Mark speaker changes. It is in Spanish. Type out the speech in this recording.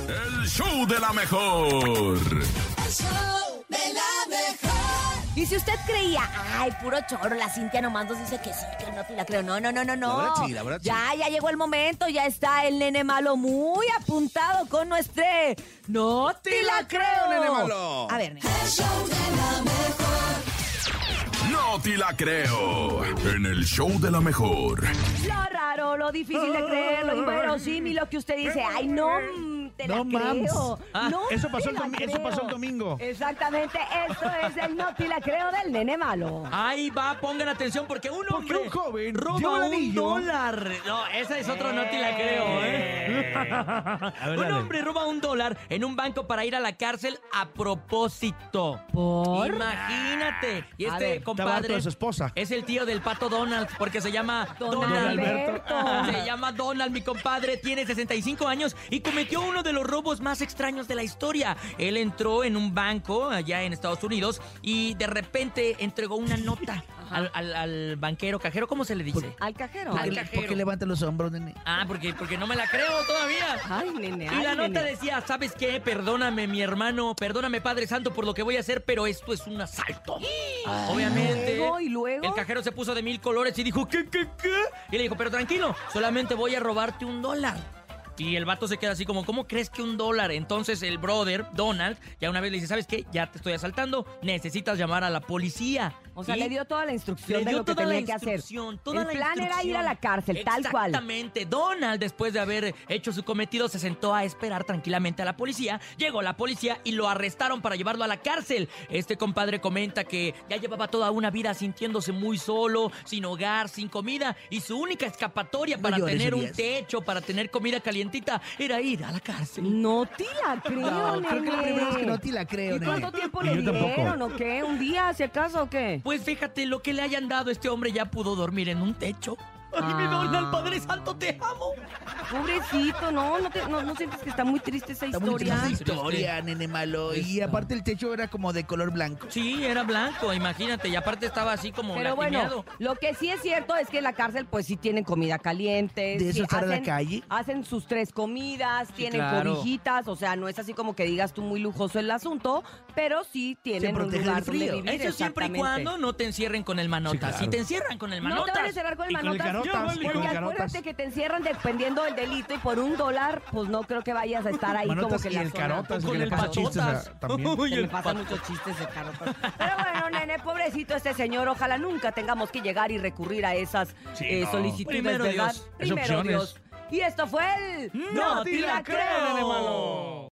Speaker 1: el show de la mejor.
Speaker 2: Y si usted creía, ay, puro choro, la Cintia nomás nos dice que sí, que no te la creo. No, no, no, no, no.
Speaker 3: La verdad sí, la verdad sí.
Speaker 2: ya, ya llegó el momento, ya está el nene malo muy apuntado con nuestro. No te, la creo,
Speaker 3: nene malo.
Speaker 2: A ver, nene.
Speaker 1: No te la creo. En el show de la mejor.
Speaker 2: Lo raro, lo difícil de creer, lo inverosímil, lo que usted dice, ay, no mm, te la
Speaker 4: No, mams.
Speaker 2: creo.
Speaker 4: Ah,
Speaker 2: no
Speaker 4: eso pasó
Speaker 2: te
Speaker 4: el
Speaker 2: la
Speaker 4: domi- eso
Speaker 2: creo.
Speaker 4: pasó el domingo.
Speaker 2: Exactamente, esto es el no te la creo del nene malo.
Speaker 5: Ahí va, pongan atención porque un
Speaker 4: Porque
Speaker 5: hombre
Speaker 4: un joven dio el
Speaker 5: roba un
Speaker 4: anillo.
Speaker 5: dólar. No, esa es otro, no te la creo, ¿eh?
Speaker 4: ver, a
Speaker 5: un
Speaker 4: ver.
Speaker 5: hombre roba un dólar en un banco para ir a la cárcel a propósito.
Speaker 2: ¿Por?
Speaker 5: Imagínate. Y
Speaker 2: A
Speaker 5: este
Speaker 2: ver.
Speaker 4: Estaba harto
Speaker 5: compadre
Speaker 4: de su esposa.
Speaker 5: es el tío del pato Donald porque se llama
Speaker 2: Don
Speaker 5: Donald.
Speaker 2: Alberto.
Speaker 5: Se llama Donald, mi compadre, tiene 65 años y cometió uno de los robos más extraños de la historia. Él entró en un banco allá en Estados Unidos y de repente entregó una nota al, al- al banquero, cajero, ¿cómo se le dice?
Speaker 2: Al cajero.
Speaker 5: Al
Speaker 2: Al-
Speaker 5: cajero.
Speaker 4: levanta los hombros, nene?
Speaker 5: Ah, porque, porque no me la creo todavía.
Speaker 2: Ay, nene,
Speaker 5: Y
Speaker 2: ay,
Speaker 5: la nota
Speaker 2: nene.
Speaker 5: decía, ¿sabes qué? Perdóname, mi hermano, perdóname, Padre Santo, por lo que voy a hacer, pero esto es un asalto. Ah. Obviamente.
Speaker 2: luego, ¿y luego?
Speaker 5: El cajero se puso de mil colores y dijo, ¿qué, qué, qué? Y le dijo, pero tranquilo, solamente voy a robarte un dólar. Y el vato se queda así como, ¿cómo crees que un dólar? Entonces el brother, Donald, ya una vez le dice, ¿sabes qué? Ya te estoy asaltando, necesitas llamar a la policía.
Speaker 2: O sea,
Speaker 5: Y-
Speaker 2: le dio toda la instrucción
Speaker 5: le
Speaker 2: de
Speaker 5: dio
Speaker 2: lo que
Speaker 5: toda
Speaker 2: tenía
Speaker 5: la
Speaker 2: que hacer.
Speaker 5: instrucción, toda
Speaker 2: el
Speaker 5: la
Speaker 2: plan era ir a la
Speaker 5: instrucción.
Speaker 2: cárcel, tal cual.
Speaker 5: Exactamente. Donald, después de haber hecho su cometido, se sentó a esperar tranquilamente a la policía. Llegó la policía y lo arrestaron para llevarlo a la cárcel. Este compadre comenta que ya llevaba toda una vida sintiéndose muy solo, sin hogar, sin comida. Y su única escapatoria para
Speaker 4: llores,
Speaker 5: tener un
Speaker 4: Urias.
Speaker 5: techo, para tener comida calientita, era ir a la cárcel.
Speaker 2: No te la creo, nene.
Speaker 4: creo que la primera vez que no te la creo,
Speaker 2: ¿Y
Speaker 4: nene.
Speaker 2: cuánto tiempo
Speaker 4: Y
Speaker 2: le
Speaker 4: yo tampoco.
Speaker 2: dieron o qué? ¿Un día, si acaso, o qué?
Speaker 5: Pues fíjate, lo que le hayan dado, este hombre ya pudo dormir en un techo. Ay, mi
Speaker 2: Ah.
Speaker 5: Donald, Padre Santo, te amo.
Speaker 2: Pobrecito, no, no, te- no, no sientes que está muy triste esa
Speaker 4: Está muy
Speaker 2: historia.
Speaker 4: triste esa
Speaker 5: Triste.
Speaker 4: historia, nene malo. Y
Speaker 5: Esta.
Speaker 4: aparte el techo era como de color blanco.
Speaker 5: Sí, era blanco, imagínate, y aparte estaba así como
Speaker 2: Pero bueno,
Speaker 5: latimeado.
Speaker 2: lo que sí es cierto es que en la cárcel, pues sí tienen comida caliente.
Speaker 4: ¿De
Speaker 2: sí
Speaker 4: eso estar en la calle?
Speaker 2: Hacen sus tres comidas, tienen
Speaker 5: claro.
Speaker 2: cobijitas, o sea, no es así como que digas tú muy lujoso el asunto, pero sí tienen un
Speaker 4: protege del
Speaker 2: lugar
Speaker 4: frío.
Speaker 2: donde vivir.
Speaker 5: Eso siempre y
Speaker 2: exactamente.
Speaker 5: cuando no te encierren con el manota. Si te encierran con el
Speaker 2: No
Speaker 5: manota.
Speaker 2: te van a cerrar con el
Speaker 4: Y con el
Speaker 2: manotas.
Speaker 4: garotas, y
Speaker 2: porque
Speaker 4: con el
Speaker 2: acuérdate
Speaker 4: garotas.
Speaker 2: que te encierran dependiendo del delito y por un dólar, pues no creo que vayas a estar ahí como
Speaker 4: Manotas
Speaker 2: que
Speaker 4: y
Speaker 2: en la
Speaker 4: el
Speaker 2: zona.
Speaker 4: carotas,
Speaker 5: Con
Speaker 4: que le
Speaker 5: el
Speaker 4: pasa chistes a-
Speaker 5: patotas.
Speaker 4: también.
Speaker 5: Uy,
Speaker 2: Se
Speaker 5: el
Speaker 2: me pasan
Speaker 5: pato-
Speaker 2: muchos chistes de carotas. Pero bueno, nene, pobrecito este señor. Ojalá nunca tengamos que llegar y recurrir a esas eh, solicitudes,
Speaker 5: Primero
Speaker 2: ¿verdad?
Speaker 5: Dios.
Speaker 2: Primero
Speaker 4: opciones.
Speaker 2: Dios. Y esto fue el...
Speaker 5: ¡No te la creo, nene malo!